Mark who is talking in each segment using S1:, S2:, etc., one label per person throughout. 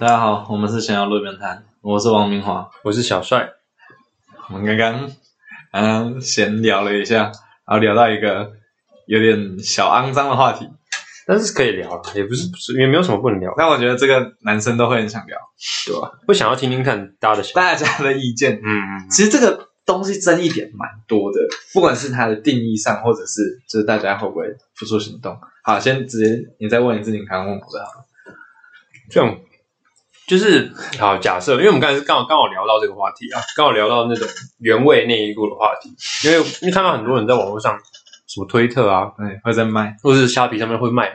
S1: 大家好，我们是闲聊路边摊，我是王明华。
S2: 我是小帅，
S1: 我们刚刚嗯、呃闲聊了一下，然后聊到一个有点小肮脏的话题，
S2: 但是可以聊了，也不是不是也没有什么不能聊，
S1: 但我觉得这个男生都会很想聊
S2: 对吧？会想要听听看大家的想法，
S1: 大家的意见。
S2: 嗯嗯，
S1: 其实这个东西争议点蛮多的，不管是它的定义上，或者是就是大家会不会付出行动。好，先直接你再问一次，你刚刚问我的好了，
S2: 这种就是好假设，因为我们刚才是刚好刚好聊到这个话题啊，刚好聊到那种原味内衣裤的话题，因为因为看到很多人在网络上什么推特啊，
S1: 对，哎会在卖，
S2: 或者是虾皮上面会卖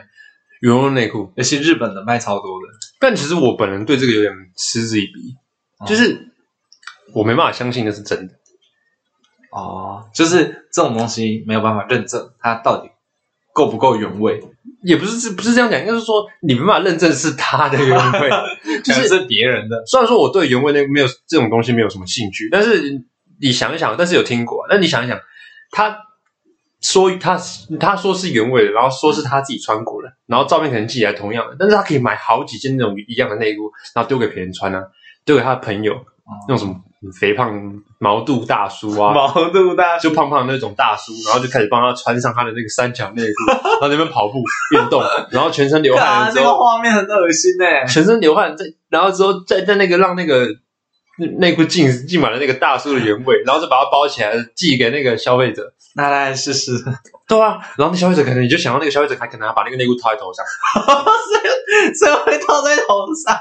S2: 原味内裤，
S1: 尤其日本的卖超多的，
S2: 但其实我本人对这个有点嗤之以鼻，就是我没办法相信那是真的。
S1: 哦，就是这种东西没有办法认证它到底够不够原味，
S2: 也不是这不是这样讲，应该是说你没办法认证是他的原味，就
S1: 可能
S2: 是
S1: 是别人的。
S2: 虽然说我对原味那个没有这种东西没有什么兴趣，但是你想一想，但是有听过啊，那你想一想，他说他他说是原味的，然后说是他自己穿过的，然后照片可能寄来同样的，但是他可以买好几件那种一样的内裤，然后丢给别人穿啊，丢给他的朋友，那种什么肥胖毛肚大叔啊。
S1: 哦毛肚大
S2: 就胖胖的那种大叔，然后就开始帮他穿上他的那个三角内裤， 然后在那边跑步运动，然后全身流汗
S1: 啊
S2: 了，之
S1: 这
S2: 后，
S1: 个画面很恶心欸呢、
S2: 全身流汗，在然后之后再在那个让那个内内裤浸浸满了那个大叔的原味，然后就把它包起来寄给那个消费者。
S1: 拿来试试，
S2: 对啊，然后那消费者可能你就想到那个消费者还可能还把那个内裤套在头上。
S1: 谁会套在头上？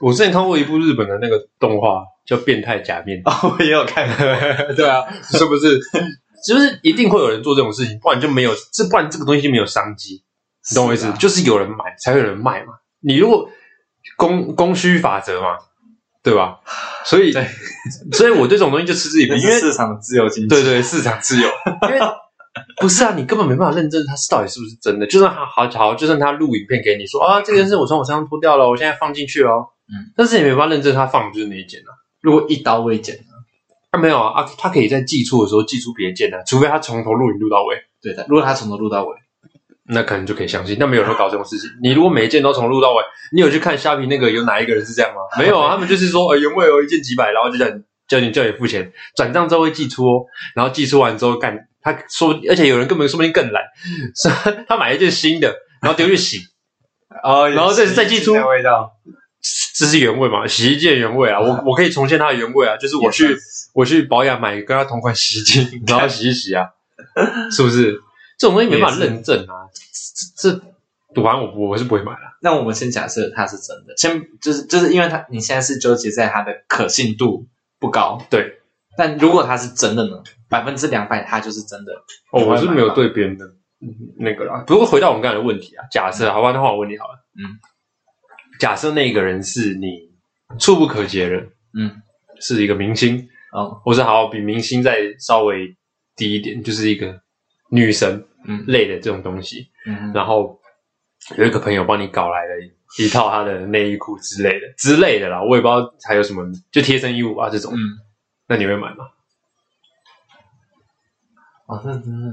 S2: 我之前看过一部日本的那个动画叫《变态假面》，
S1: 哦，我也有看过，
S2: 对啊，是不是？ 就是一定会有人做这种事情，不然就没有，这不然这个东西就没有商机，你懂我意思？
S1: 是啊
S2: 就是有人买才会有人卖嘛。你如果供供需法则嘛，对吧？所以
S1: 对，
S2: 所以我对这种东西就嗤之以鼻，
S1: 那
S2: 因
S1: 是
S2: 为
S1: 市场自由经济。
S2: 对对，市场 自由，因为不是啊，你根本没办法认证它是到底是不是真的。就算他好好，就算他录影片给你说啊，这件事我从我身上脱掉了，我现在放进去了，
S1: 嗯，
S2: 但是你没办法认证他放的就是那一件啊。
S1: 如果一刀未剪，
S2: 他没有啊，啊，他可以在寄出的时候寄出别件啊，除非他从头录影录到尾，
S1: 对的，如果他从头录到尾，
S2: 那可能就可以相信。但没有人会搞这种事情。你如果每一件都从头录到尾，你有去看虾皮那个有哪一个人是这样吗？没有啊，他们就是说呃原味哦，一件几百，然后就叫你叫你叫你付钱，转账之后会寄出哦，然后寄出完之后干他说，而且有人根本说不定更懒，是他买一件新的，然后丢去洗，
S1: 哦，
S2: 然后再再寄出
S1: 味道，
S2: 这是原味嘛？洗衣机的原味啊，我我可以重现它的原味啊，就是我去我去保养买跟它同款洗衣机，然后洗一洗啊，是不是？这种东西没办法认证啊，这这这，反正我我是不会买的。
S1: 那我们先假设它是真的，先就是就是因为它你现在是纠结在它的可信度不高，
S2: 对，
S1: 但如果它是真的呢？百分之两百，它就是真的。
S2: 哦，我是没
S1: 我会买
S2: 有
S1: 吧
S2: 对别人的嗯那个啦。不过回到我们刚才的问题啊，假设，好吧，那话我问你好了，
S1: 嗯，
S2: 假设那个人是你触不可及的人，
S1: 嗯，
S2: 是一个明星，
S1: 哦，
S2: 或是好比明星再稍微低一点，就是一个女神
S1: 嗯
S2: 类的这种东西，
S1: 嗯，
S2: 然后有一个朋友帮你搞来了一套他的内衣裤之类的之类的啦，我也不知道还有什么，就贴身衣物啊这种，
S1: 嗯，
S2: 那你会买吗？
S1: 哦，那真的，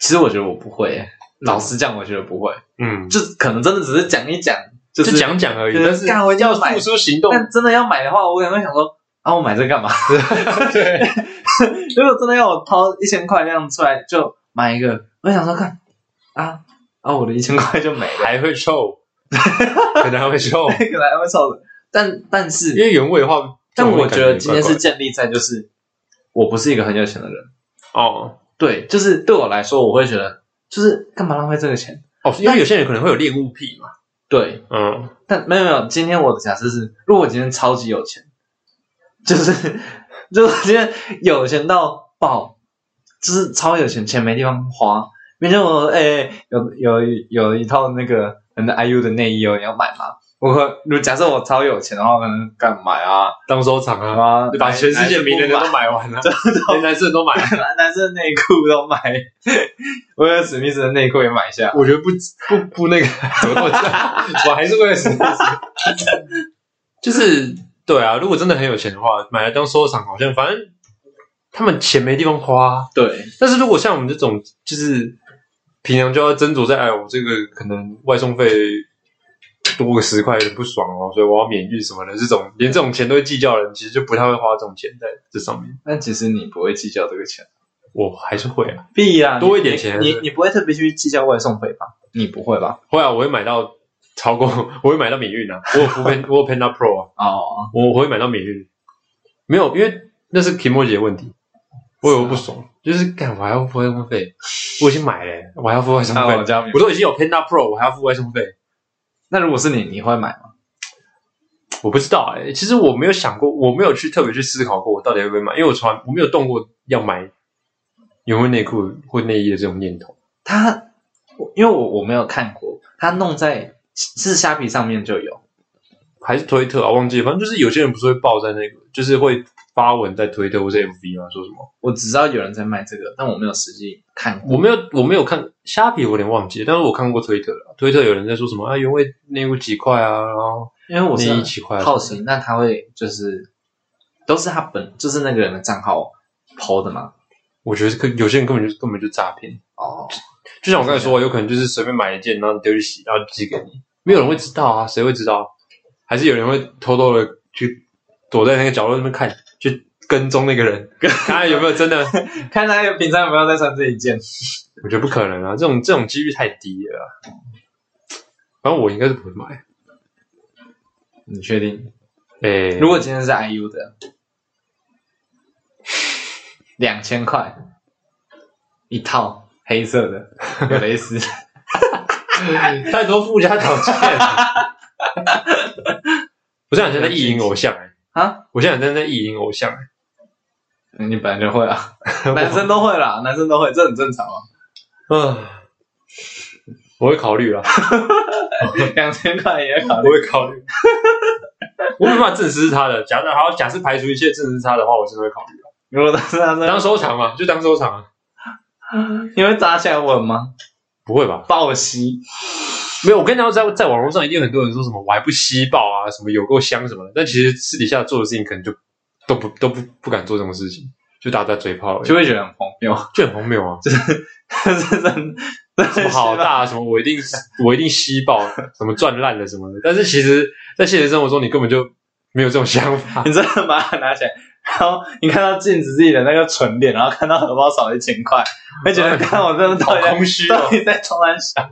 S1: 其实我觉得我不会耶，老实讲，我觉得不会，
S2: 嗯，
S1: 就是可能真的只是讲一讲，就
S2: 就是讲讲而已，
S1: 就是
S2: 但是
S1: 干我一定要
S2: 要
S1: 买
S2: 付出行动，
S1: 但真的要买的话，我可能会想说，啊，我买这干嘛？
S2: 对，
S1: 如果真的要我掏一千块那样出来，就买一个，我想说看，啊啊，我的一千块就没了，
S2: 还会臭， 可能还会臭，
S1: 那个来会臭的。但但是，
S2: 因为原味的话，
S1: 但我
S2: 这
S1: 觉
S2: 种
S1: 得
S2: 感
S1: 今天
S2: 怪怪
S1: 是建立在就是，我不是一个很有钱的人，
S2: 哦
S1: 对，就是对我来说，我会觉得就是干嘛浪费这个钱？
S2: 哦，因为有些人可能会有恋物癖嘛，
S1: 对，
S2: 嗯，
S1: 但没有没有，今天我的假设是，如果我今天超级有钱，就是 就是我今天有钱到爆，就是超有钱，钱没地方花。明天我哎、有有有一套那个很 IU 的内衣哦，你要买吗？我可如假设我超有钱的话，我可能敢买啊，
S2: 当收藏啊，
S1: 啊，
S2: 把全世界名人的都买完 了， 连男生都买，
S1: 男男生内裤都买， 我有史密斯的内裤也买一下。
S2: 我觉得不不不 那个，怎么那么像我还是为了实在是，就是对啊，如果真的很有钱的话，买来当收藏，好像反正他们钱没地方花。
S1: 对，
S2: 但是如果像我们这种，就是平常就要斟酌在，哎，我这个可能外送费多个十块有点不爽哦，所以我要免运什么的，这种连这种钱都会计较的人，其实就不太会花这种钱在这上面。
S1: 但其实你不会计较这个钱，
S2: 我还是会啊，
S1: 必呀，
S2: 多一点钱
S1: 你你你不会特别去计较外送费吧？你不会吧？
S2: 会啊，我会买到超过，我会买到免运啊，我有 福 Pan，我有 Panda Pro 啊，
S1: 哦，
S2: 我我会买到免运。没有，因为那是 k i m o j i 的问题，我有不爽，就是啊干我还要付外送费，我已经买了、我还要付外送
S1: 那
S2: 费，
S1: 我家没有
S2: 啊我都已经有 Panda Pro，我还要付外送费。
S1: 那如果是你，你会买吗？
S2: 我不知道哎、其实我没有想过，我没有去特别去思考过我到底会不会买，因为我从来我没有动过要买原味内裤或内衣的这种念头。
S1: 它，我因为我我没有看过，它弄在是虾皮上面就有，
S2: 还是推特啊，忘记了，反正就是有些人不是会爆在那个，就是会发文在推特或者 FB 吗？说什么？
S1: 我只知道有人在卖这个，但我没有实际看过。
S2: 我没有，我没有看虾皮，我有点忘记了，但是我看过推特了。推特有人在说什么啊，原味内裤几块啊，然后
S1: 因为我是
S2: 内衣几块、啊，
S1: 好奇，那他会就是都是他本就是那个人的账号 PO 的吗？
S2: 我觉得可有些人根本就根本就诈骗，
S1: 哦，
S2: 就像我刚才说，有可能就是随便买一件，然后你丢去洗，然后寄给你，没有人会知道啊，谁会知道？还是有人会偷偷的去躲在那个角落那边看，去跟踪那个人，看他有没有真的
S1: 看他平常有没有在穿这一件。
S2: 我觉得不可能啊，这种这种几率太低了啊。反正我应该是不会买。
S1: 你确定？
S2: 诶、
S1: 如果今天是 IU 的，两千块一套黑色的有蕾丝，
S2: 太多附加条件了，我这两天在意淫偶像、欸，
S1: 啊，
S2: 我这两天在意淫偶像、欸，
S1: 你本来就会啊，男生都会啦，男生都会，这很正常啊。
S2: 嗯，我会考虑啊，
S1: 两千块也考
S2: 我
S1: 虑，
S2: 会考虑，我没办法证实是他的。假设好，假设排除一切证实是他的话，我真的会考虑、啊，
S1: 如果当时他
S2: 当
S1: 说，
S2: 收藏嘛，就当收藏啊，
S1: 你会扎起来吻吗？
S2: 不会吧？
S1: 抱膝，
S2: 没有，我跟你讲，在在网络上一定有很多人说什么我还不吸爆啊，什么有够香什么的，但其实私底下做的事情可能就都不都不不敢做这种事情，就打打嘴炮而已，
S1: 就会觉得很荒谬。
S2: 就很荒谬啊！
S1: 这真
S2: 什么
S1: 的
S2: 好大啊什么我一定我一定吸爆，啊什么赚烂了什么的，但是其实，在现实生活中你根本就没有这种想 法，
S1: 你真的把它拿起来，然后你看到镜子自己的那个唇脸，然后看到荷包少一千块，会 觉得看我真的到
S2: 好
S1: 底在
S2: 空虚
S1: 到
S2: 哦！
S1: 底在冲安想，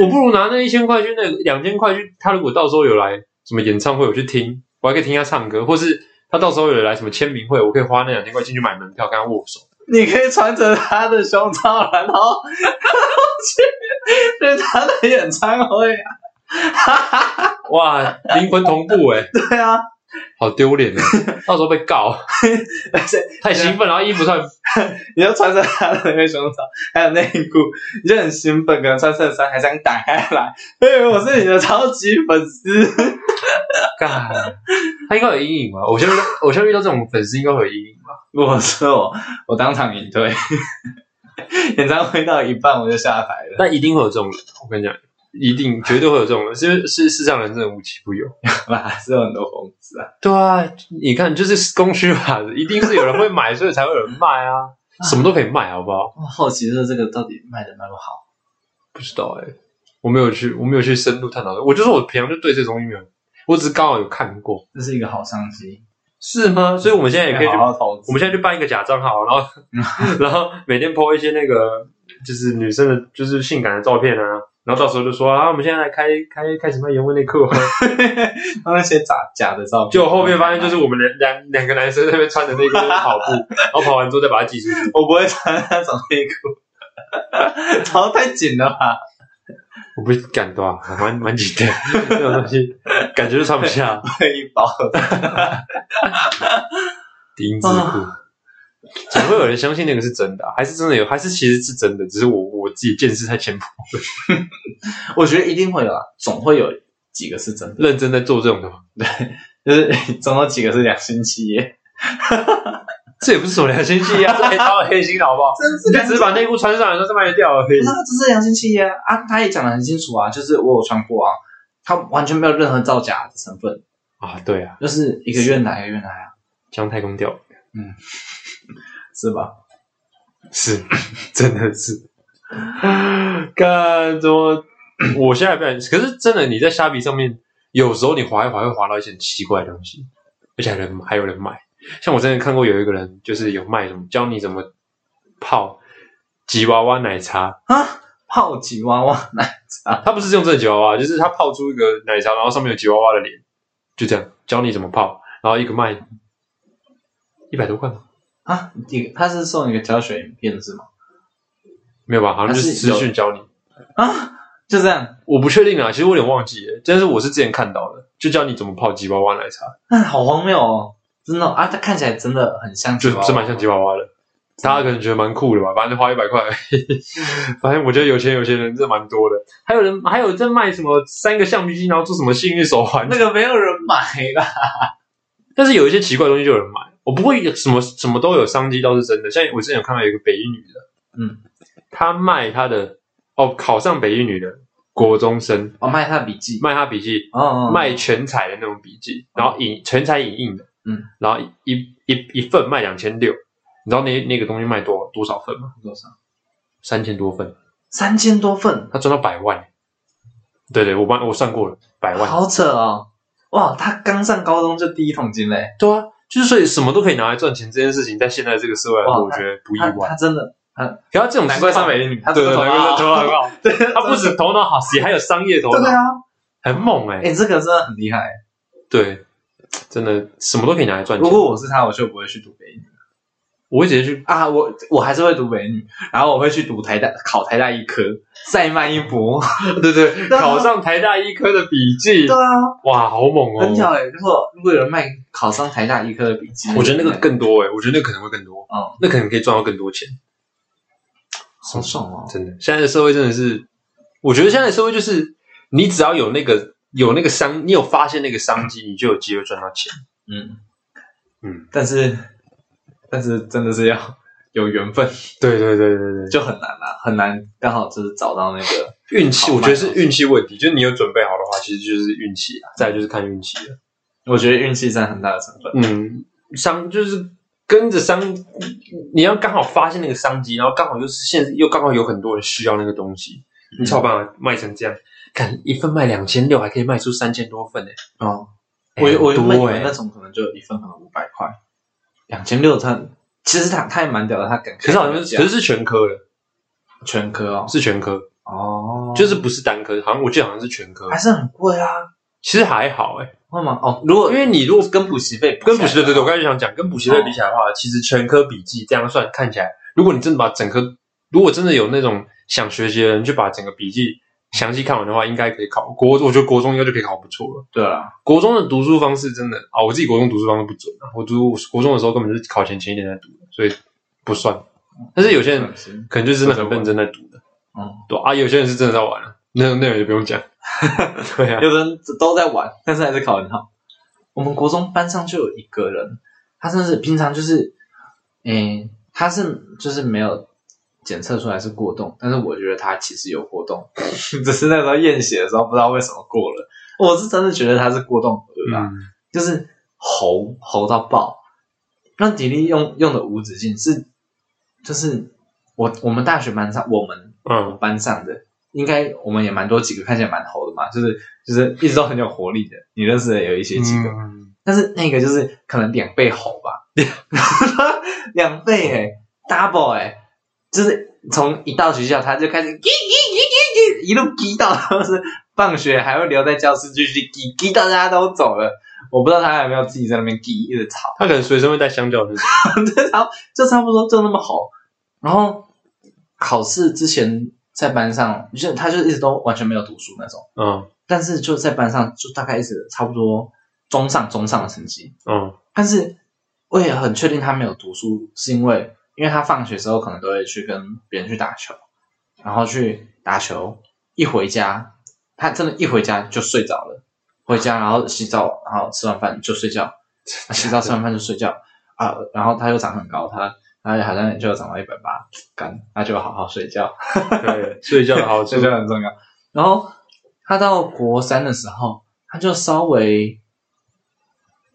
S2: 我不如拿那一千块去那两千块去，他如果到时候有来什么演唱会，我去听，我还可以听他唱歌，或是他到时候有来什么签名会，我可以花那两千块进去买门票跟他握手。
S1: 你可以穿着他的胸罩，然后然后去去他的演唱会啊，
S2: 哇，灵魂同步哎、
S1: 对啊，
S2: 好丢脸啊！到时候被 告，
S1: 而且
S2: 太兴奋，然后衣服穿，
S1: 你就穿着他的那个胸罩，还有内裤，你就很兴奋，可能穿衬衫还想打开来，哎，我是你的超级粉丝，
S2: 干，他应该有阴影吧？偶像遇到偶像遇到这种粉丝应该会有阴影吧？
S1: 我说我我当场隐 退，演唱会到一半我就下台了。
S2: 但一定会有这种人，我跟你讲，一定绝对会有这种人，是是世上人真的无奇不有。
S1: 吧，还是有很多疯子啊。
S2: 对啊，你看就是供需法则，一定是有人会买，所以才会有人卖啊，什么都可以卖，好不好？
S1: 我好奇是这个到底卖的卖不好？
S2: 不知道哎、我没有去，我没有去深入探讨，我就说我平常就对这东西没有，我只是刚好有看过，
S1: 这是一个好商机，
S2: 是吗？所以我们现在也可以去
S1: 好好投资。
S2: 我们现在就办一个假账号，然后 然后每天 po 一些那个就是女生的，就是性感的照片啊，然后到时候就说啊，我们现在来开开开始卖原味内裤啊，
S1: 他们写假假的照片，
S2: 就后面发现就是我们两两两个男生在那边穿着内裤在那边跑步，然后跑完之后再把它寄出去，
S1: 我不会穿那种内裤， 头太紧了吧？
S2: 我不敢对吧？蛮蛮紧的，这种东 西感觉就穿不下
S1: 会一包的。
S2: 丁字裤。啊怎么会有人相信那个是真的啊、还是真的有？还是其实是真的？只是我我自己见识太浅薄，
S1: 我觉得一定会有啊，总会有几个是真的，
S2: 认真在做这种的。
S1: 就是总有几个是良心企业，
S2: 这也不是什么良心企业啊，这也超 黑心的好不好？
S1: 真
S2: 你就只是把内裤穿上，然后再卖掉而已
S1: 不是，。他这是良心企业啊！啊他也讲的很清楚啊，就是我有穿过啊，他完全没有任何造假的成分，
S2: 啊，对啊，
S1: 就是一个愿打一个愿挨啊，
S2: 姜太公掉了
S1: 是吧？
S2: 是， 真的是。 干怎么？我现在不敢。可是真的，你在虾皮上面，有时候你滑一滑会滑到一些很奇怪的东西，而且还有人还有人买。像我之前看过有一个人，就是有卖什么教你怎么泡吉娃娃奶茶，
S1: 啊，泡吉娃娃奶茶，
S2: 他不是用这个吉娃娃，就是他泡出一个奶茶，然后上面有吉娃娃的脸，就这样教你怎么泡，然后一个卖一百多块吗？
S1: 啊，一个他是送一个教学影片是吗？
S2: 没有吧？好像就是
S1: 还是
S2: 私
S1: 有
S2: 讯教你，
S1: 啊，就这样，
S2: 我不确定啊，其实我有点忘记了，但是我是之前看到的，就教你怎么泡吉娃娃奶茶，
S1: 那好荒谬哦，真的哦啊，它看起来真的很像吉
S2: 就
S1: 娃娃，
S2: 是蛮像吉娃娃的。大家可能觉得蛮酷的吧，反正花一百块而已， 反正我觉得有钱有钱人这蛮多的。还有人还有在卖什么三个橡皮筋，然后做什么幸运手 环，
S1: 那个没有人买啦，
S2: 但是有一些奇怪的东西就有人买。我不会什么什么都有商机，倒是真的。像我之前有看到有一个北一女的，
S1: 嗯，
S2: 她卖她的哦，考上北一女的国中生
S1: 我哦卖他笔记，
S2: 卖她笔记，
S1: 哦哦，哦
S2: 卖全彩的那种笔记，然后影全彩影印的，
S1: 嗯，
S2: 然后一一一份卖两千六，你知道那那个东西卖多多少份吗？
S1: 多少？
S2: 三千多份，
S1: 三千多份，
S2: 他赚到百万。对对，我帮我算过了，百万。
S1: 好扯哦，哇，他刚上高中就第一桶金嘞，
S2: 对啊，就是所以什么都可以拿来赚钱，这件事情在现在这个社会来
S1: 哇
S2: 说，我觉得不意
S1: 他
S2: 外。
S1: 他真的，
S2: 可他这种
S1: 难怪上
S2: 美
S1: 美女，他
S2: 对
S1: 真
S2: 对，
S1: 的
S2: 难
S1: 头
S2: 怪
S1: 脑
S2: 头脑很好，
S1: 对，
S2: 他不止头脑好，也还有商业头
S1: 啊 对
S2: 脑，
S1: 啊，
S2: 很猛哎、
S1: 哎，这个真的很厉害。
S2: 对，真的什么都可以拿来赚
S1: 如
S2: 钱。
S1: 果我是他，我就不会去读北一女
S2: 嗯我会直接去
S1: 啊，我我还是会读北一女，然后我会去读台大，考台大医科，再卖一波。
S2: 对对，
S1: 对啊
S2: 考上台大医科的笔记，
S1: 啊，
S2: 哇，好猛
S1: 很
S2: 哦！
S1: 屌哎！如果如果有人卖考上台大医科的笔记，
S2: 我觉得那个更多哎、我觉得那个可能会更多，
S1: 嗯，
S2: 那可能可以赚到更多钱，
S1: 好爽哦。
S2: 真的。现在的社会真的是，我觉得现在的社会就是，你只要有那个有那个商，你有发现那个商机，你就有机会赚到钱。
S1: 嗯，
S2: 嗯，
S1: 但是但是真的是要有缘分，
S2: 对对对对对，
S1: 就很难啦，很难刚好就是找到那个。
S2: 运气，
S1: 好
S2: 我觉得
S1: 慢
S2: 是
S1: 哦
S2: 运气问题，就是你有准备好的话，其实就是运气啊，再来就是看运气了。
S1: 我觉得运气占很大的成分。
S2: 嗯，商就是跟着商，你要刚好发现那个商机，然后刚好又是现又刚好有很多人需要那个东西，你才有办法卖成这样。看一份卖两千六，还可以卖出三千多份呢、
S1: 哦，
S2: 欸。
S1: 我我原
S2: 多
S1: 本以
S2: 哎、
S1: 为那种可能就一份可能五百块，两千六他其实他他也蛮屌的，他敢开
S2: 可是好像
S1: 这
S2: 是
S1: 个
S2: 可
S1: 价
S2: 是是全科的，
S1: 全科哦，
S2: 是全科，
S1: 哦，
S2: 就是不是单科，好像我记得好像是全科
S1: 还，是很贵啊，
S2: 其实还好哎、
S1: 会吗？哦，如果
S2: 因为你如果
S1: 跟补习费
S2: 跟补习对对对，我
S1: 跟
S2: 刚才就想讲，跟补习费比起来的话，其实全科笔记这样算看起来，如果你真的把整科，如果真的有那种想学习的人，就把整个笔记详细看完的话，应该可以考国，我觉得国中应该就可以考不错了。
S1: 对了，
S2: 国中的读书方式真的啊，我自己国中读书方式不准啊，我读国中的时候根本就是考前前一天在读的，所以不算。但是有些人
S1: 是
S2: 可能就真的很认真在读的，
S1: 嗯，
S2: 对啊，有些人是真的在玩啊，那那个也不用 讲，对 啊，
S1: 有人都在玩，但是还是考很好。我们国中班上就有一个人，他甚至平常就是，诶、他是就是没有检测出来是过动，但是我觉得他其实有过动，只是那时候验血的时候不知道为什么过了。我是真的觉得他是过动儿啊，
S2: 嗯，
S1: 就是吼吼到爆。那迪丽用用的无止境是，就是我我们大学班上我们我们
S2: 嗯，
S1: 班上的，应该我们也蛮多几个看起来蛮猴的嘛，就是就是一直都很有活力的。你认识的有一些几个，
S2: 嗯
S1: 但是那个就是可能两倍猴吧， 两倍哎、double 哎、就是从一到学校他就开始叽叽叽叽叽一路叽到，就是放学还会留在教室继续叽叽到大家都走了。我不知道他有没有自己在那边叽一直吵。
S2: 他可能随身会带香蕉的那 种，
S1: 对，然后就差不多就那么好。然后考试之前在班上，就他就一直都完全没有读书那种，
S2: 嗯
S1: 但是就在班上就大概一直差不多中上中上的成绩。
S2: 嗯
S1: 但是我也很确定他没有读书，是因为因为他放学之后可能都会去跟别人去打球，然后去打球，一回家他真的，一回家就睡着了。回家然后洗澡，然后吃完饭就睡觉，啊洗澡吃完饭就睡觉啊。然后他又长很高，他他好像就长到一百八，干，那就好好睡觉。
S2: 对， 睡觉的好处
S1: 这。就很重要。然后他到国三的时候，他就稍微，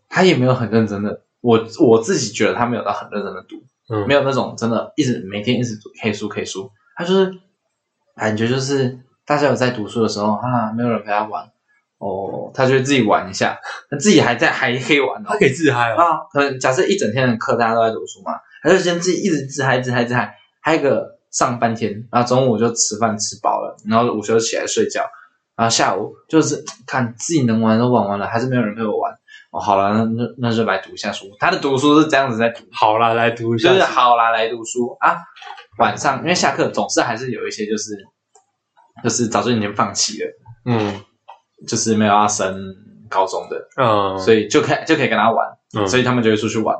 S1: 他也没有很认真的，我我自己觉得他没有到很认真的读，
S2: 嗯
S1: 没有那种真的一直每天一直读 K 书 K 书，他就是感觉就是大家有在读书的时候啊，没有人陪他玩，哦，他就会自己玩一下， 他自己还在还可以玩哦
S2: 他。可以自嗨哦，
S1: 啊，可能假设一整天的课大家都在读书嘛，他就先自己一直自嗨、自嗨、自嗨，嗨个上半天，然后中午就吃饭吃饱了，然后午休起来睡觉，然后下午就是看自己能玩都玩完了，还是没有人陪我玩。哦，好了，那那那就来读一下书。他的读书是这样子在读，
S2: 好啦，来读一下
S1: 就，是好啦，来读书啊。晚上因为下课总是还是有一些就是就是早就已经放弃了，
S2: 嗯
S1: 就是没有要升高中的，
S2: 嗯，
S1: 所以就可以就可以跟他玩。
S2: 嗯
S1: 所以他们就会出去玩。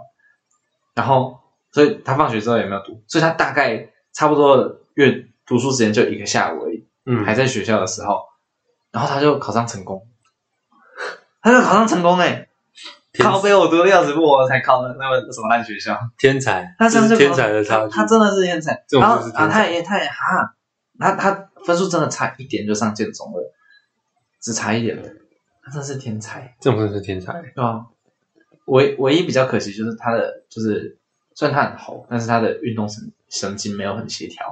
S1: 然后，所以他放学之后也没有读，所以他大概差不多阅读书时间就一个下午而已，
S2: 嗯
S1: 还在学校的时候，然后他就考上成功， 他就考上成功哎、欸！
S2: 天
S1: 靠背我读的要死不活才考的那个什么烂学校，
S2: 天才，
S1: 他
S2: 这
S1: 上次
S2: 是
S1: 考
S2: 天才的差
S1: 他
S2: 距，
S1: 他真的是天才。
S2: 这
S1: 然
S2: 种
S1: 后
S2: 就是
S1: 啊，
S2: 天
S1: 他
S2: 才，
S1: 也他也哈，他他分数真的差一点就上建中了，只差一点了，他真的是天才。
S2: 这种真的是天才，
S1: 对啊，唯唯一比较可惜就是他的就是虽然他很红，但是他的运动神神经没有很协调，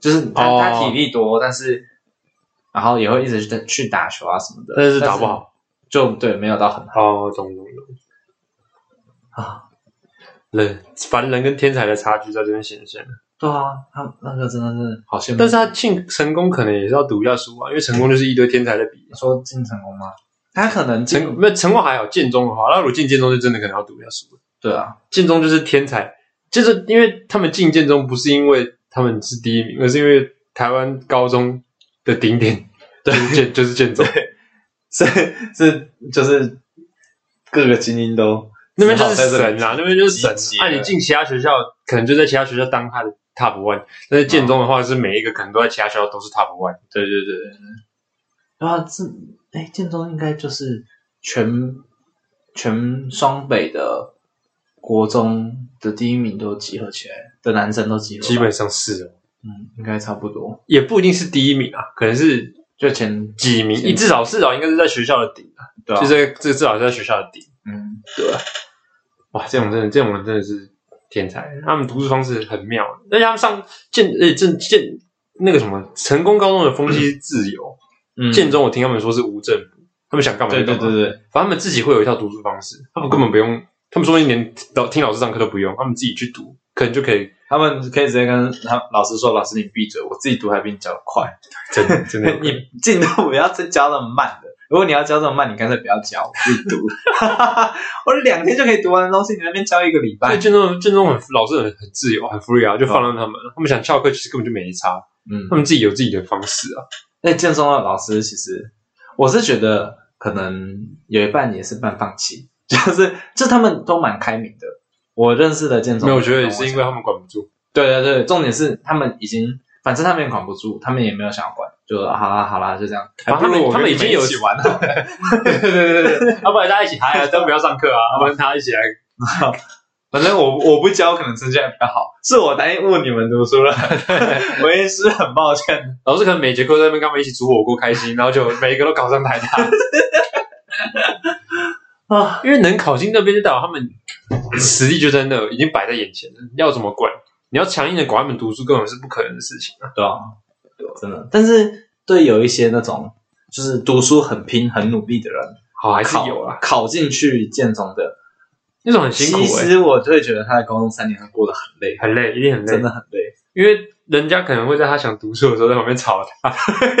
S1: 就是他、
S2: 哦
S1: 他体力多，但是然后也会一直去去打球啊什么的，
S2: 但是打不，好，
S1: 就对没有到很好
S2: 哦，懂懂懂，
S1: 啊。
S2: 人凡人跟天才的差距在这边显现，
S1: 对啊，他那个真的是好羡慕。
S2: 但是他进成功可能也是要读一下书啊，因为成功就是一堆天才在比。啊
S1: 你说进成功吗？他可能进
S2: 成没有成功还好，建中的话，那如果进建中就真的可能要读一下书了。
S1: 对啊，
S2: 建中就是天才，就是因为他们进建中不是因为他们是第一名，而是因为台湾高中的顶点，对，建就是建中，
S1: 是是就是各个精英都
S2: 那边就是
S1: 只好在这
S2: 神
S1: 里
S2: 啊，那边就是神啊
S1: 集。结
S2: 那你进其他学校，可能就在其他学校当他的 top one，但是建中的话是每一个可能都在其他学校都是 top one。
S1: 对对对对，对然后这哎，建中应该就是全全双北的国中的第一名都集合起来的男生都集合吧，
S2: 基本上是哦，
S1: 嗯应该差不多，
S2: 也不一定是第一名啊，可能是
S1: 就前
S2: 几名，
S1: 前
S2: 至少至少应该是在学校的顶啊，
S1: 对啊，
S2: 就在这至少是在学校的顶。
S1: 嗯
S2: 哇，这种真的，这种人真的是天才，他们读书方式很妙，而且他们上建呃建建那个什么成功高中的风气是自由，
S1: 嗯
S2: 建中我听他们说是无政府，他们想干嘛就
S1: 对
S2: 干
S1: 对
S2: 嘛，
S1: 对对，
S2: 反正他们自己会有一套读书方式，他们根本不用，他们说不定连老听老师上课都不用，他们自己去读，可能就可以
S1: 他们可以直接跟他老师说，老师你闭嘴，我自己读还比你教的快，
S2: 真的真 的有可能
S1: 你进度不要再教那么慢的。如果你要教这么慢，你干脆不要教，我自己读。 我两天就可以读完的东西，你那边教一个礼
S2: 所
S1: 拜
S2: 以。建中建中很老师很很自由很 free 啊，就放任他们，他们想翘课其实根本就没差，
S1: 嗯
S2: 他们自己有自己的方式啊，
S1: 那建中的老师其实，我是觉得可能有一半也是半放弃， 就是就他们都蛮开明的。我认识的建中，
S2: 没有，我觉得也是因为他们管不住，
S1: 对对对，重点是他们已经，反正他们也管不住，他们也没有想要管，就啊好啦好啦，就这样。
S2: 还不
S1: 他
S2: 如
S1: 们
S2: 我
S1: 他
S2: 跟
S1: 们
S2: 你
S1: 已
S2: 们
S1: 经
S2: 一
S1: 有
S2: 起玩啊。 对对对对对， 要不然大家一起嗨啊，都不要上课 啊，要不然大家一起来。
S1: 反正我我不教，可能成绩还比较好，是我耽误你们读书 了，我也是很抱歉。
S2: 老师可能每节课在那边跟他们一起煮火锅开心，然后就每一个都考上台大，
S1: 啊，
S2: 因为能考进那边就代表他们实力就在那，已经摆在眼前了，要怎么管？你要强硬的管他们读书，根本是不可能的事情啊。
S1: 对啊，真的。但是对有一些那种就是读书很拼、很努力的人，
S2: 好，还是
S1: 考
S2: 有啊，
S1: 考进去建中的，
S2: 那种很辛苦
S1: 其
S2: 哎、
S1: 实我就会觉得他的高中三年他过得很累，
S2: 很累，一定很累
S1: 真，的很累。
S2: 因为人家可能会在他想读书的时候在旁边吵他，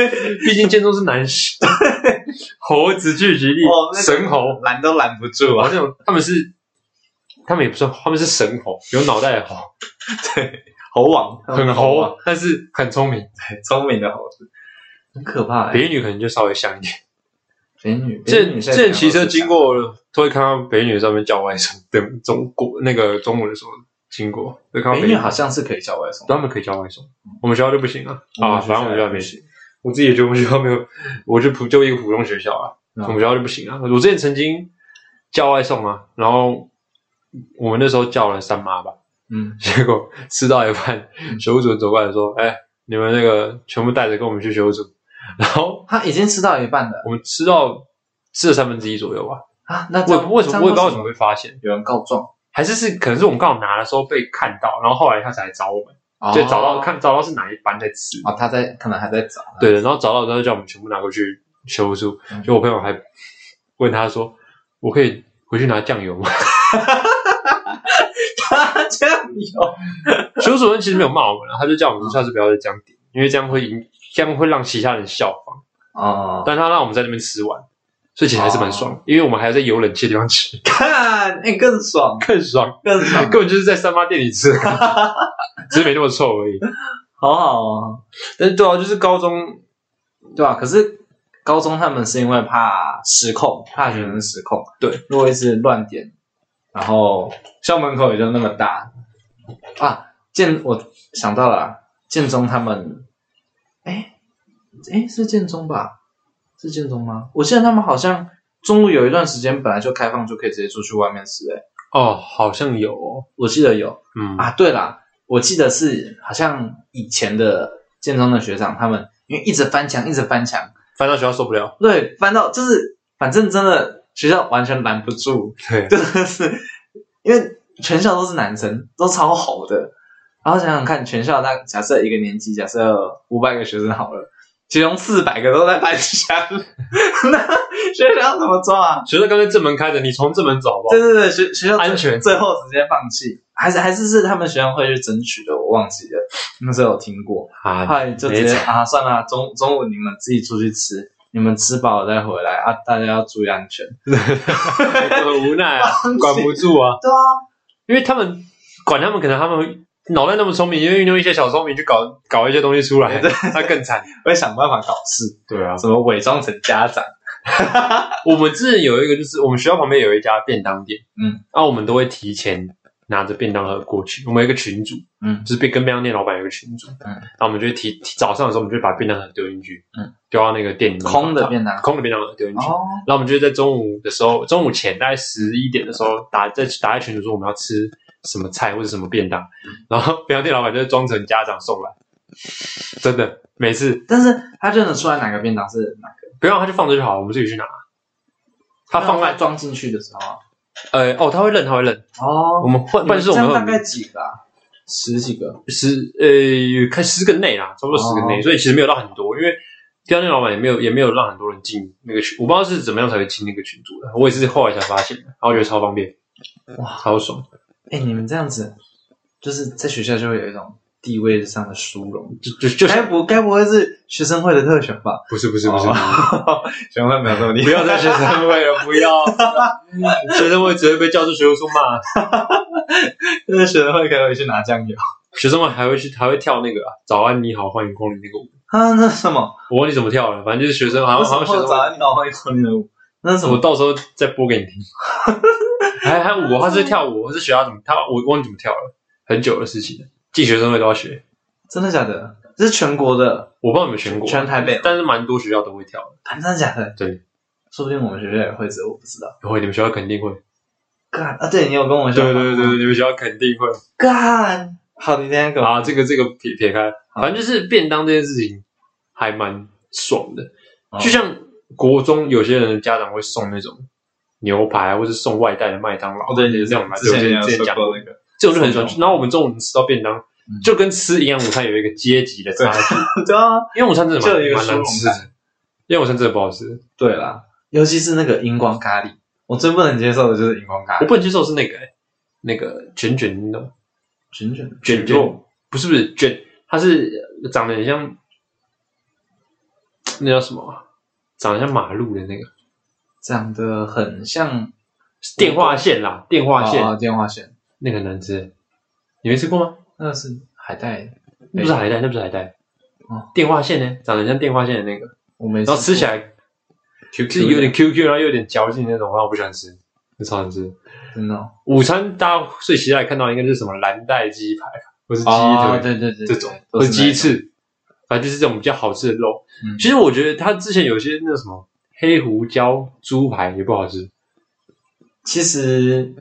S2: 毕竟建中是男生， 猴子聚集地
S1: 哦，那个
S2: 神猴。
S1: 拦都拦不住
S2: 哇，
S1: 啊！
S2: 那种他们是，他们也不算，他们是神猴，有脑袋的猴，
S1: 猴王
S2: 很
S1: 猴啊
S2: 猴，但是很聪明。
S1: 很聪明的猴子，很可怕、欸。
S2: 北一女可能就稍微像一点。
S1: 美女，
S2: 这
S1: 美女现在
S2: 这骑车经
S1: 想
S2: 过，都会看到北一女上面叫外甥等中国那个中午的时候经过，会看
S1: 都
S2: 到
S1: 是，美
S2: 北一
S1: 女
S2: 女，
S1: 好像是可以叫外送。
S2: 他们可以叫外甥，我们学校就不行啊。啊，反正我们学校没行。
S1: 事。
S2: 我自己也觉得我们学校没有，我就普就一个普通学校啊，
S1: 嗯
S2: 我们学校就不行啊。我之前曾经叫外送啊，然后我们那时候叫了三妈吧，
S1: 嗯，
S2: 结果吃到一半，学务组走过来说：“哎，你们那个全部带着跟我们去学务组。”然后
S1: 他已经吃到一半了
S2: 我们吃到吃了三分之一左右吧。
S1: 啊！那这
S2: 我
S1: 样
S2: 也不为什么我也不知道为什
S1: 这
S2: 么
S1: 样
S2: 会发现，
S1: 有人告状，
S2: 还是是可能是我们刚好拿的时候被看到，然后后来他才找我们，
S1: 哦
S2: 就找到看找到是哪一班在吃。
S1: 哦，他在可能还在找。
S2: 对的，然后找到之后叫我们全部拿过去修不住
S1: 嗯。
S2: 就我朋友还问他说：“我可以回去拿酱油吗
S1: 他 这样有，？”
S2: 修主任其实没有骂我们啊，他就叫我们下次不要再这样点，因为这样会引，这样会让其他人效仿。
S1: 哦，
S2: 但他让我们在那边吃完，所以其实还是蛮爽，因为我们还要在有冷气的地方吃，
S1: 看，哎，更爽，
S2: 更 爽，
S1: 更爽
S2: 根，本就是在三妈店里吃， 只是没那么臭而已。
S1: 好好哦，
S2: 但是对啊，就是高中
S1: 对吧？可是高中他们是因为怕失控，怕学生失控，
S2: 对，
S1: 如果一直乱点，然后校门口也就那么大啊。建，我想到了啊、建中他们，哎，哎，是建中吧？是建中吗？我记得他们好像中午有一段时间本来就开放，就可以直接出去外面吃、诶哎，
S2: 哦，好像有、哦，
S1: 我记得有。
S2: 嗯，
S1: 啊，对啦，我记得是好像以前的建中的学长，他们因为一直翻墙，一直翻墙，
S2: 翻到学校受不了，
S1: 对，翻到就是反正真的学校完全拦不住，
S2: 对，
S1: 真的是因为全校都是男生，都超吼的。然后想想看，全校那假设一个年级，假设五百个学生好了，其中四百个都在翻墙， 那学校要怎么抓啊？
S2: 学校刚才正门开着，你从正门走好不
S1: 对
S2: 好？
S1: 对对，学学校最
S2: 安全
S1: 最后直接放弃，还是还是是他们学生会去争取的，我忘记了，那时候有听过，后
S2: 啊，
S1: 来就直接
S2: 没
S1: 啊，算了，中中午你们自己出去吃，你们吃饱了再回来啊，大家要注意安全。
S2: 很无奈啊
S1: 放弃，
S2: 管不住啊，
S1: 对啊，
S2: 因为他们管他们，可能他们脑袋那么聪明，因为运用一些小聪明去搞搞一些东西出来，那更惨。
S1: 会想办法搞事，
S2: 对啊，
S1: 什么伪装成家长，
S2: 我们之前有一个，就是我们学校旁边有一家便当店，
S1: 嗯，
S2: 啊，我们都会提前拿着便当盒过去。我们有一个群组，
S1: 嗯
S2: 就是便跟便当店老板有一个群组，
S1: 嗯，
S2: 那我们就会提提早上的时候，我们就会把便当盒丢进去，
S1: 嗯，
S2: 丢到那个店里面
S1: 空的便当
S2: 空的便当盒丢进去。
S1: 哦，
S2: 然后我们就会在中午的时候，中午前大概十一点的时候打在打在群组说我们要吃什么菜或者什么便当，然后便当店老板就会装成家长送来，真的每次
S1: 但是他认得出来哪个便当是哪个，
S2: 不用他就放着就好，我们自己去拿。他放
S1: 在
S2: 在
S1: 装进去的时候啊，
S2: 呃哦，他会认，他会认。我
S1: 哦，
S2: 们换，不然就是我
S1: 这
S2: 们
S1: 样
S2: 会
S1: 大概几个啊？十几个，
S2: 十呃，看十个内啦，差不多十个内，
S1: 哦
S2: 所以其实没有到很多，因为便当店老板也没有也没有让很多人进那个群，我不知道是怎么样才会进那个群组的，我也是后来才发现的，然后觉得超方便，
S1: 哇，
S2: 超爽，
S1: 哎，你们这样子，就是在学校就会有一种地位上的殊荣。
S2: 就就就
S1: 该
S2: 是
S1: 不该不会是学生会的特权吧？
S2: 不是不是不是，
S1: 哦学生会没有这么厉
S2: 不
S1: 害。
S2: 要再学生会了，不要 学生会只会被教授学务处骂，
S1: 那学生会可以回去拿酱油
S2: 学生会还会去还会跳那个啊早安你好欢迎光临那个舞，
S1: 啊？那是什么？
S2: 我忘记怎么跳了，反正就是学生好
S1: 为
S2: 像
S1: 什
S2: 好
S1: 么
S2: 像学生
S1: 早
S2: 会，
S1: 安你好，欢迎光临的舞？那是什
S2: 我
S1: 么？
S2: 到时候再播给你听，还还舞，他是跳舞，我是学他怎么他我忘记怎么跳了，很久的事情了，进学生会都要学。
S1: 真的假的？这是全国的，
S2: 我不知道有没有全国，啊
S1: 全台北
S2: 但是蛮多学校都会跳的。
S1: 啊真的假的？
S2: 对，
S1: 说不定我们学校也会，只是我不知道。
S2: 会，你们学校肯定会。
S1: 干啊！对你有跟我
S2: 对
S1: 说？
S2: 对对对，。你们学校肯定会。
S1: 干，好，你今天 给我
S2: 啊，这个这个撇撇开，
S1: 好
S2: 反正就是便当这件事情还蛮爽的。
S1: 哦
S2: 就像国中有些人的家长会送那种牛排，啊或是送外带的麦当劳，
S1: 哦，对，你
S2: 这种嘛，
S1: 之前
S2: 对
S1: 也
S2: 我
S1: 有
S2: 之前
S1: 说
S2: 讲
S1: 过那个，
S2: 这种就很爽
S1: 送。牛
S2: 然后我们中午吃到便当
S1: 嗯，
S2: 就跟吃营养午餐有一个阶级的差距，
S1: 对啊，
S2: 因为午餐真的
S1: 就有一
S2: 蛮
S1: 个殊
S2: 蛮难
S1: 荣
S2: 吃
S1: 感
S2: 的，因为午餐真的不好吃。
S1: 对啦，尤其是那个荧光咖喱，我最不能接受的就是荧光咖
S2: 我
S1: 喱，
S2: 不能接受是那个、欸那个卷卷你懂吗
S1: 卷卷
S2: 卷肉，不是不是卷，它是呃长得很像，那叫什么啊？长得像马路的那个
S1: 长得很像
S2: 电话线啦，电话线、
S1: 哦哦电话线，
S2: 那个很难吃，你没吃过吗？
S1: 那是海带，
S2: 嗯那不是海带，那不是海带，
S1: 哦
S2: 电话线呢，长得很像电话线的那个，
S1: 我没过，
S2: 然后吃起来就是有点 QQ，然后有点嚼劲那种，然后我不喜欢吃，那超难吃。
S1: 真的哦
S2: 午餐大家最期待看到应该就是什么蓝带鸡排，或是鸡腿，
S1: 哦对对对，
S2: 这
S1: 对
S2: 种，
S1: 都
S2: 或
S1: 是
S2: 者鸡
S1: 那种
S2: 翅，反正就是这种比较好吃的肉。
S1: 嗯
S2: 其实我觉得它之前有些那什么黑胡椒猪排也不好吃，
S1: 其实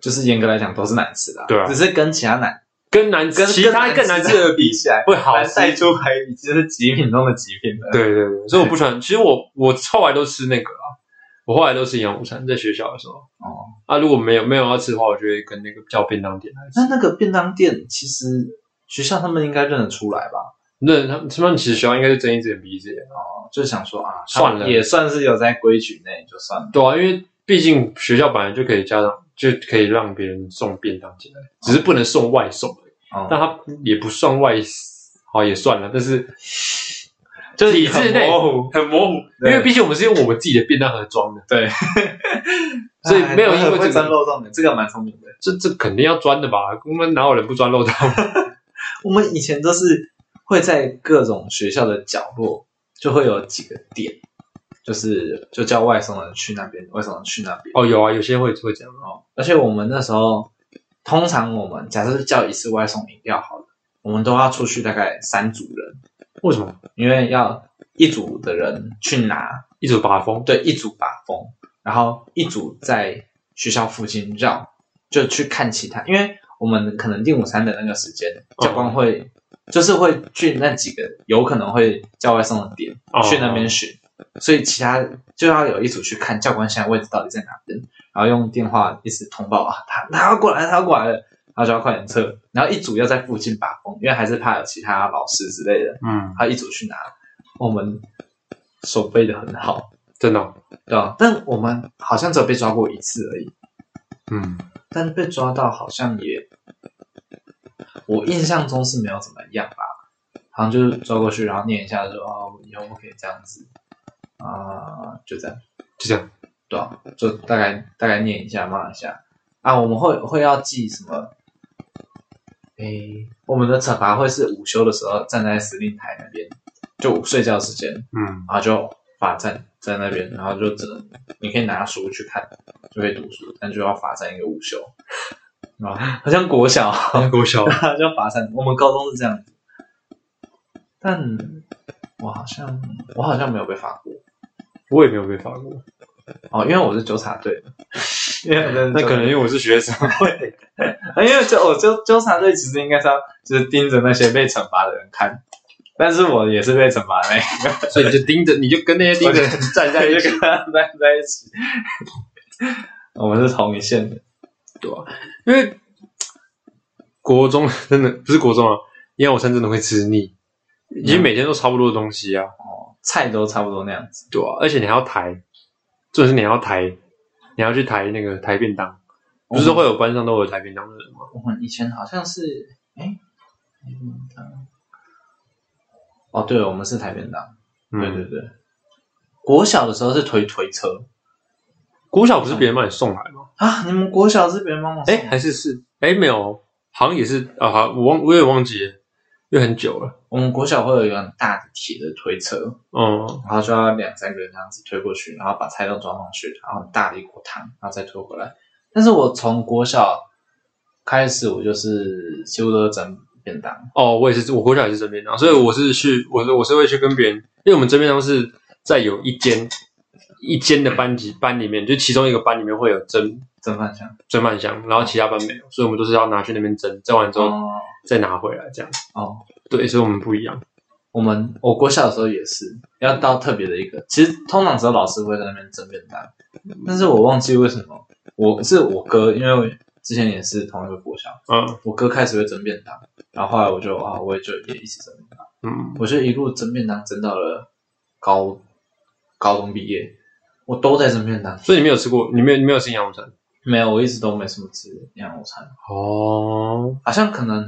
S1: 就是严格来讲都是难吃的啊，
S2: 对啊
S1: 只是跟其他难
S2: 跟难
S1: 跟
S2: 其他更难吃的
S1: 比起来，
S2: 会好
S1: 蓝
S2: 吃。
S1: 带猪排已经是极品中的极品了。
S2: 对对对，所以我不喜欢。其实我我后来都吃那个啊，我后来都吃营养午餐，在学校的时候
S1: 哦，
S2: 啊，如果没有没有要吃的话，我就会跟那个叫便当店来吃。
S1: 那那个便当店其实学校他们应该认得出来吧？
S2: 那他们他们其实学校应该是睁一只眼闭一只眼，
S1: 哦，就想说啊，
S2: 算了
S1: 也算是有在规矩内，就算了。
S2: 对啊，因为毕竟学校本来就可以家长就可以让别人送便当进来，只是不能送外送而已，
S1: 哦，
S2: 但他也不算外，好也算了，但是
S1: 就是
S2: 体制内
S1: 很模糊
S2: 很模糊，因
S1: 对
S2: 为毕竟我们是用我们自己的便当盒装的，
S1: 对，
S2: 所以没有因为这个
S1: 哎会钻漏洞的，这个蛮聪明的。
S2: 这这肯定要钻的吧？我们哪有人不钻漏洞？
S1: 我们以前都是会在各种学校的角落，就会有几个点，就是就叫外送人去那边，外送人去那边。
S2: 哦，有啊，有些会会这样啊，
S1: 哦，而且我们那时候，通常我们假设叫一次外送饮料好了，我们都要出去大概三组人，
S2: 为什么？
S1: 因为要一组的人去拿，
S2: 一直把风，
S1: 对，一组把风，然后一组在学校附近绕，就去看其他，因为我们可能订午餐的那个时间，教官会、就是会去那几个有可能会叫外送的点。
S2: 哦
S1: 去那边选，所以其他就要有一组去看教官现在位置到底在哪边，然后用电话一直通报啊，他他要过来了，他要过来了，然后就要快点撤。然后一组要在附近把风，因为还是怕有其他老师之类的，
S2: 嗯，
S1: 他一组去拿。我们手背的很好，
S2: 真的哦，
S1: 对吧？但我们好像只有被抓过一次而已，
S2: 嗯，
S1: 但被抓到好像也，我印象中是没有怎么样吧，好像就是抓过去，然后念一下说哦，以后不可以这样子啊、就这样，
S2: 就这样，
S1: 对啊、就大概大概念一下骂一下啊，我们会会要记什么？诶，我们的惩罚会是午休的时候站在司令台那边，就睡觉时间，
S2: 嗯，
S1: 然后就罚站在那边，然后就只能你可以拿书去看，就可以读书，但就要罚站一个午休。啊，好像国小
S2: 给我笑，
S1: 就罚站，我们高中是这样子，但我好像我好像没有被罚过
S2: 我也没有被罚过，
S1: 哦，因为我是纠察队的，因为我真的
S2: 那
S1: 是纠察队
S2: 可能因为我是学生，
S1: 啊因为纠我纠纠察队其实应该是要就是盯着那些被惩罚的人看，但是我也是被惩罚的那一个
S2: 所以你就盯着，你就跟那些 盯着人站在 一
S1: 就
S2: 起，
S1: 跟他待在一起。 我们是同一线的，
S2: 因为国中 真的不是国中啊，因为我餐真的会吃腻，已经每天都差不多的东西啊，
S1: 哦，菜都差不多那样子。
S2: 对啊，而且你还要抬，重点是你还要抬，你还要去抬那个抬便当，不是都会有班上都有抬便当的人吗？
S1: 我们以前好像是，哎，台便当哦，对，我们是台便当，对对
S2: 嗯，
S1: 对。国小的时候是推推车
S2: 国小不是别人帮你送来吗？
S1: 啊，你们国小是别人帮忙送
S2: 哎，还是是哎没有，好像也是啊，好我忘我也忘记了，因为很久了，
S1: 我们国小会有一个很大的铁的推车，
S2: 嗯，
S1: 然后就要两三个人这样子推过去，然后把菜都装上去，然后很大的一锅汤，然后再推回来。但是我从国小开始，我就是几乎都是整便当，
S2: 哦，我也是，我国小也是蒸便当，所以我是去，我是我是会去跟别人，因为我们蒸便当是在有一间一间的班级班里面，就其中一个班里面会有蒸
S1: 蒸饭箱。
S2: 蒸饭箱，然后其他班没有，所以我们都是要拿去那边蒸，蒸完之后
S1: 哦
S2: 再拿回来这样。
S1: 哦，
S2: 对，所以我们不一样。
S1: 我们我国小的时候也是要到特别的一个，其实通常时候老师会在那边蒸便当，但是我忘记为什么，我是我哥，因为我之前也是同一个国小，
S2: 嗯
S1: 我哥开始会蒸便当，然后后来我就啊，我也就也一起蒸便当，
S2: 嗯，
S1: 我就一路蒸便当蒸到了高高中毕业，我都在蒸便当，
S2: 所以你没有吃过，你没有你没有吃营养午餐
S1: 没有，我一直都没什么吃营养午餐，
S2: 哦。
S1: 好像可能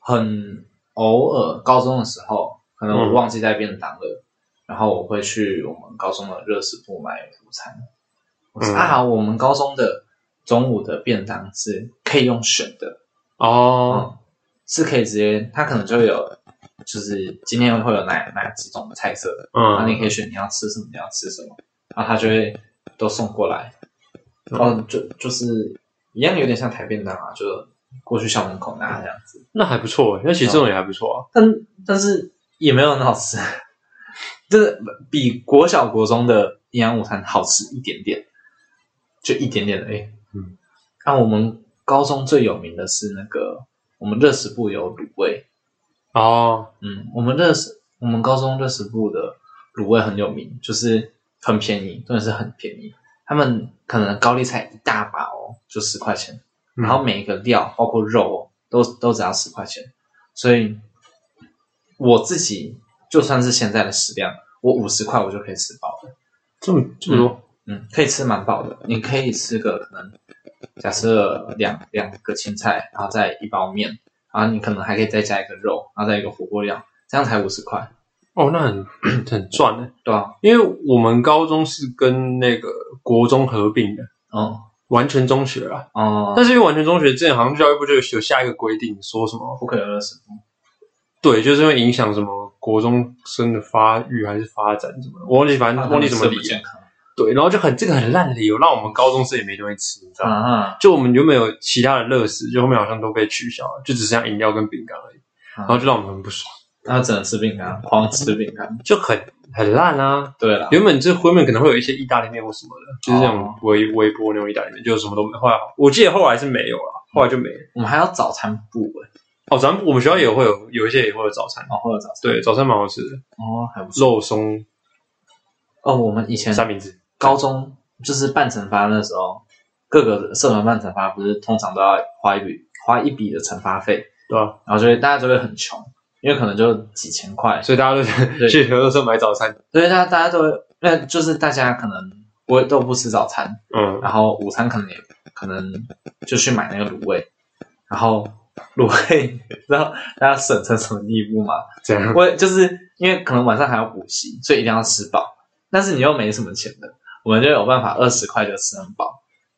S1: 很偶尔，高中的时候可能我忘记带便当了，然后我会去我们高中的热食部买午餐。我说、
S2: 嗯
S1: 啊，我们高中的中午的便当是可以用选的，
S2: 哦，
S1: 嗯，是可以直接，它可能就有，就是今天会有哪哪几种菜色，然啊后你
S2: 嗯，
S1: 可以选你要吃什么，你要吃什么，然后他就会都送过来。哦，就就是一样，有点像台便当啊，就过去校门口拿这样子。
S2: 那还不错欸，那其实这种也还不错啊。
S1: 但但是也没有很好吃， 就是比国小国中的营养午餐好吃一点点，就一点点而已。
S2: 嗯，
S1: 那、我们高中最有名的是那个，我们热食部有卤味，
S2: 哦，
S1: 嗯，我们热食，我们高中热食部的卤味很有名，就是很便宜，真的是很便宜。他们可能高丽菜一大把哦，就十块钱，
S2: 嗯
S1: 然后每一个料包括肉哦，都都只要十块钱，所以我自己就算是现在的食量，我五十块我就可以吃饱了，
S2: 这么这么多，
S1: 嗯，可以吃蛮饱的。你可以吃个可能假设两两个青菜，然后再一包面，然后你可能还可以再加一个肉，然后再一个火锅料，这样才五十块，
S2: 哦，那很很赚呢。
S1: 对啊吧、
S2: 因为我们高中是跟那个国中合并的，
S1: 哦
S2: 完全中学啊。
S1: 哦、
S2: 但是因为完全中学之前好像教育部就有有下一个规定，说什么
S1: 不可以饿死。
S2: 对，就是会影响什么国中生的发育还是发展什么的，我忘记，反正忘记什么理
S1: 不
S2: 由。
S1: 健康
S2: 对，然后就很这个很烂的理由，让我们高中生也没东西吃，你知道吗？
S1: 啊？
S2: 就我们原本有其他的乐事，就后面好像都被取消了，就只剩下饮料跟饼干而已，然后就让我们很不爽，
S1: 然后只能吃饼干，狂吃饼干。
S2: 就很很烂啊。
S1: 对了，
S2: 原本这后面可能会有一些意大利面或什么的，就是那种
S1: 哦
S2: 微微波那种意大利面，就是什么都没。后来我记得后来是没有了，后来就没了。
S1: 我们还要早餐部哎，
S2: 哦，咱们我们学校也会有有一些也会有早餐，
S1: 哦，或者早餐
S2: 对，早餐蛮好吃的，
S1: 哦，还不错
S2: 肉松
S1: 哦。我们以前
S2: 三明治。
S1: 高中就是半惩罚的时候，各个社团办惩罚不是通常都要花一笔花一笔的惩罚费，
S2: 对吧、
S1: 然后就会大家就会很穷，因为可能就几千块，
S2: 所以大家都是
S1: 对
S2: 去合作社买早餐，
S1: 所以大家大家都会那就是大家可能不会都不吃早餐，
S2: 嗯，
S1: 然后午餐可能也可能就去买那个卤味，然后卤味，然后大家省成什么地步吗？
S2: 这样
S1: 我就是因为可能晚上还要补习，所以一定要吃饱，但是你又没什么钱的，我们就有办法二十块就吃很饱。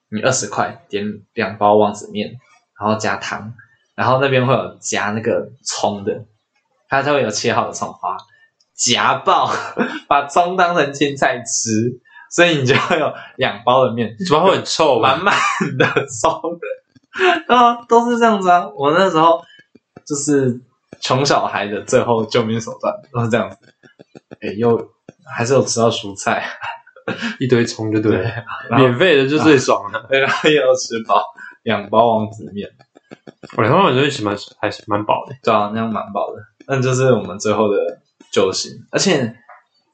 S1: 你二十块点两包王子面，然后加汤，然后那边会有加那个葱的，它它会有切好的葱花，夹爆， 把葱当成青菜吃，所以你就会有两包的面，
S2: 怎么会很臭
S1: 满
S2: 吧？
S1: 满的烧的，啊，都是这样子啊。我那时候就是穷小孩的最后救命手段都是这样子，哎，又还是有吃到蔬菜，
S2: 一堆葱就对了，
S1: 然后
S2: 免费的就最爽啊了。
S1: 对，然后又要吃饱两包王子面，
S2: 我两碗就其实蛮还是蛮饱的，
S1: 对啊，那样蛮饱的。那就是我们最后的救星，而且。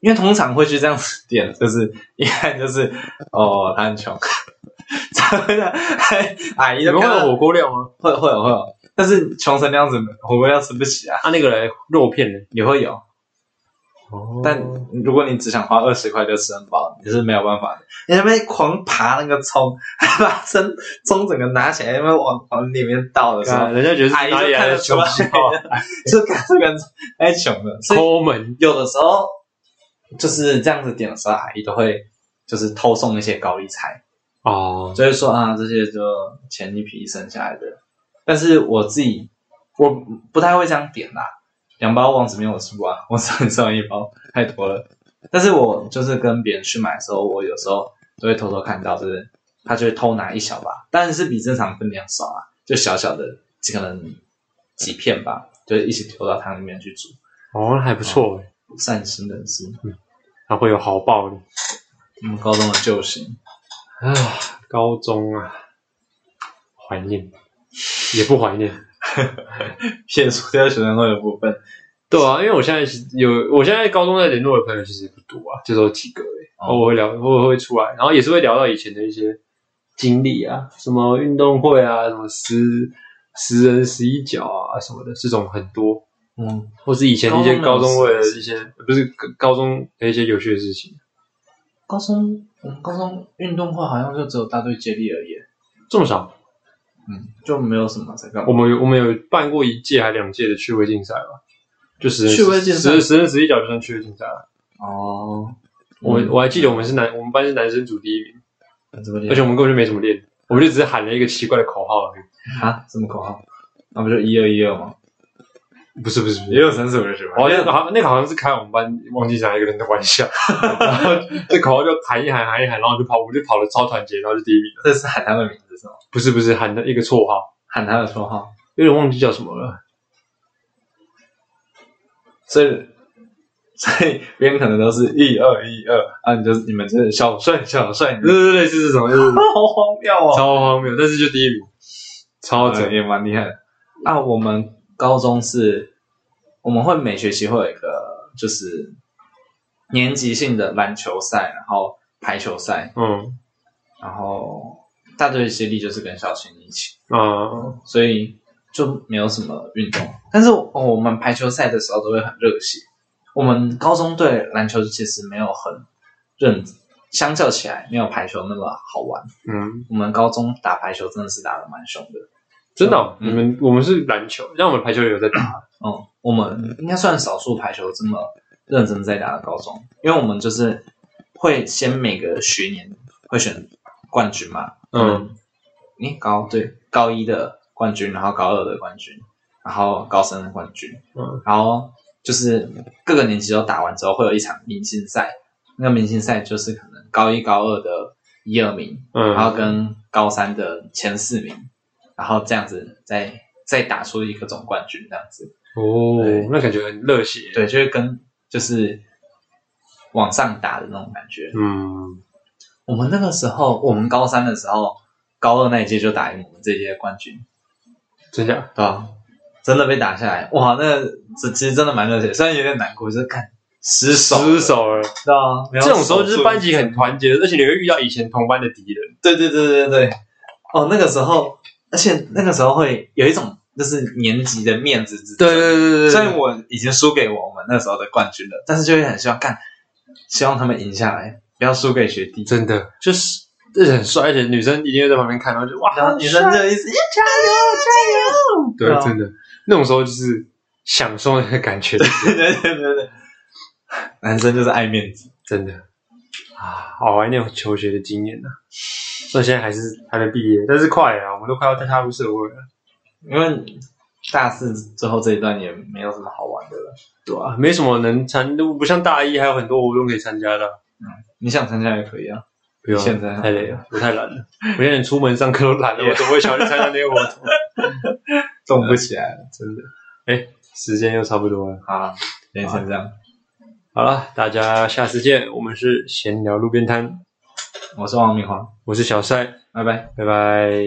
S1: 因为通常会去这样子点，就是一看就是哦，他很穷， 真的，哎阿姨
S2: 你
S1: 都
S2: 们会
S1: 看到
S2: 有火锅料吗？
S1: 会会有会有，但是穷成那样子，火锅料吃不起啊，
S2: 啊，那个嘞肉片呢？
S1: 也会有。
S2: 哦
S1: 但如果你只想花二十块就吃很饱，你是没有办法的。你在那边狂爬那个葱， 还把葱葱整个拿起来，因为往往里面倒的时候，
S2: 人家觉得
S1: 阿
S2: 是
S1: 姨
S2: 哪里
S1: 就
S2: 来
S1: 看
S2: 的
S1: 得出
S2: 穷
S1: 来
S2: 气泡，
S1: 就感觉感觉太穷了。所以
S2: 抠门。
S1: 有的时候就是这样子点的时候，阿姨都会就是偷送一些高丽菜。
S2: 哦，
S1: 所以说啊，这些就前一批剩下来的。但是我自己我不太会这样点啦、两包王子面我吃不完，啊 我只吃完一包，太多了。但是我就是跟别人去买的时候，我有时候都会偷偷看到，就是他就会偷拿一小把，但是比正常分量少啊，就小小的，可能几片吧，就一起丢到汤里面去煮，
S2: 哦，那还不错哎，
S1: 善心人士，
S2: 还会有好报的。
S1: 我们高中的救星。
S2: 啊，高中啊，怀念，也不怀念。
S1: 撇除掉学生会的部分，
S2: 对啊，因为我现在是有，我现在高中在联络的朋友其实也不多啊，就只有几个而已。
S1: 哦
S2: 偶尔会聊，偶尔会出来，然后也是会聊到以前的一些经历啊，什么运动会啊，什么十十人十一脚啊什么的，这种很多。
S1: 嗯，
S2: 或是以前一些高
S1: 高
S2: 中
S1: 中
S2: 为
S1: 没
S2: 了
S1: 有
S2: 一些不是高中的一些有趣的事情，
S1: 高中，我们嗯高中运动会好像就只有大队接力而已，
S2: 这么少，
S1: 嗯，就没有什么在干
S2: 我
S1: 嘛。
S2: 们有我们有办过一届还两届的趣味竞赛吧，就十人
S1: 趣味竞赛
S2: 十十人十一脚就算趣味竞赛了。
S1: 哦，
S2: 我们我还记得我们是男我们班是男生组第一名，
S1: 怎么
S2: 而且我们根本就没怎么练，我们就只是喊了一个奇怪的口号而已。
S1: 啊，什么口号？那不就一二一二吗？
S2: 不是不是不
S1: 也
S2: 是。
S1: 有神手的是吧？
S2: 哦，那个好像那个好像是开我们班忘记哪一个人的 玩笑，然后这口号就喊一喊喊一喊，然后就跑，我们就跑了超团结，然后就第一名了。
S1: 这是喊他的名字是吗？
S2: 不是不是，喊的一个绰号，
S1: 喊他的绰号，
S2: 有点忘记叫什么了。
S1: 所以所以别人可能都是一二一二啊，你就是你们就是小帅小帅，你
S2: 对
S1: 就是
S2: 对对，就是这种，就是
S1: 啊 好荒谬哦，
S2: 超荒谬，但是就第一名，超
S1: 呃
S2: 准。
S1: 也蛮厉害的。啊，我们高中是，我们会每学期会有一个就是年级性的篮球赛，然后排球赛，
S2: 嗯
S1: 然后大队接力就是跟小青一起，
S2: 啊，
S1: 所以就没有什么运动。但是哦，我们排球赛的时候都会很热血。我们高中对篮球其实没有很认，相较起来没有排球那么好玩。
S2: 嗯，
S1: 我们高中打排球真的是打的蛮凶的。
S2: 真的哦、
S1: 嗯
S2: 你们我们是篮球，但我们排球也有在打，
S1: 嗯，我们应该算少数排球这么认真在打的高中，因为我们就是会先每个学年会选冠军嘛，
S2: 嗯，
S1: 诶，高对高一的冠军，然后高二的冠军，然后高三的冠军，
S2: 嗯，
S1: 然后就是各个年级都打完之后，会有一场明星赛。那个明星赛就是可能高一、高二的一二名，
S2: 嗯，
S1: 然后跟高三的前四名，然后这样子再再打出一个总冠军，这样子，对
S2: 哦，那感觉很热血，，
S1: 对，就会跟就是往上打的那种感觉。
S2: 嗯，
S1: 我们那个时候，我们高三的时候，高二那一届就打赢我们这一届的冠军，
S2: 真假？
S1: 对啊，真的被打下来，哇，那这其实真的蛮热血，虽然有点难过，就是看失手，
S2: 失，手了，
S1: 对啊，没有
S2: 这种时候就是
S1: 手
S2: 班级很团结，而且你会遇到以前同班的敌人，
S1: 对对对对对，哦，那个时候，而且那个时候会有一种就是年级的面子之争，
S2: 对对
S1: 虽然我已经输给我们那时候的冠军了，但是就会很希望看，希望他们赢下来，不要输给学弟，
S2: 真的就是这很帅，而且女生一定会在旁边看，然后就哇，
S1: 然后女生
S2: 好帅
S1: 就一直加油
S2: 对
S1: 对啊，
S2: 真的那种时候就是享受那个感 觉，
S1: 加油，对对对对， 男生就是爱面子
S2: 真的
S1: 啊，
S2: 好怀念求学的经验呐、啊。所以现在还是还没毕业，但是快了啊，我们都快要踏入社会了，
S1: 因为大四最后这一段也没有什么好玩的了。
S2: 对啊，没什么能参，都不像大一还有很多活动可以参加的啊。
S1: 你想参加也可以啊，
S2: 不用啊，
S1: 现在
S2: 太累了，我太懒了，我现在连出门上课都懒 了，我怎么会想去参加那个活动？
S1: 动不起来了。
S2: 真的，哎，时间又差不多了，
S1: 好啦，先先这样，
S2: 好了，大家下次见。我们是闲聊路边摊，
S1: 我是王明华，
S2: 我是小帅，
S1: 拜拜。
S2: 拜拜。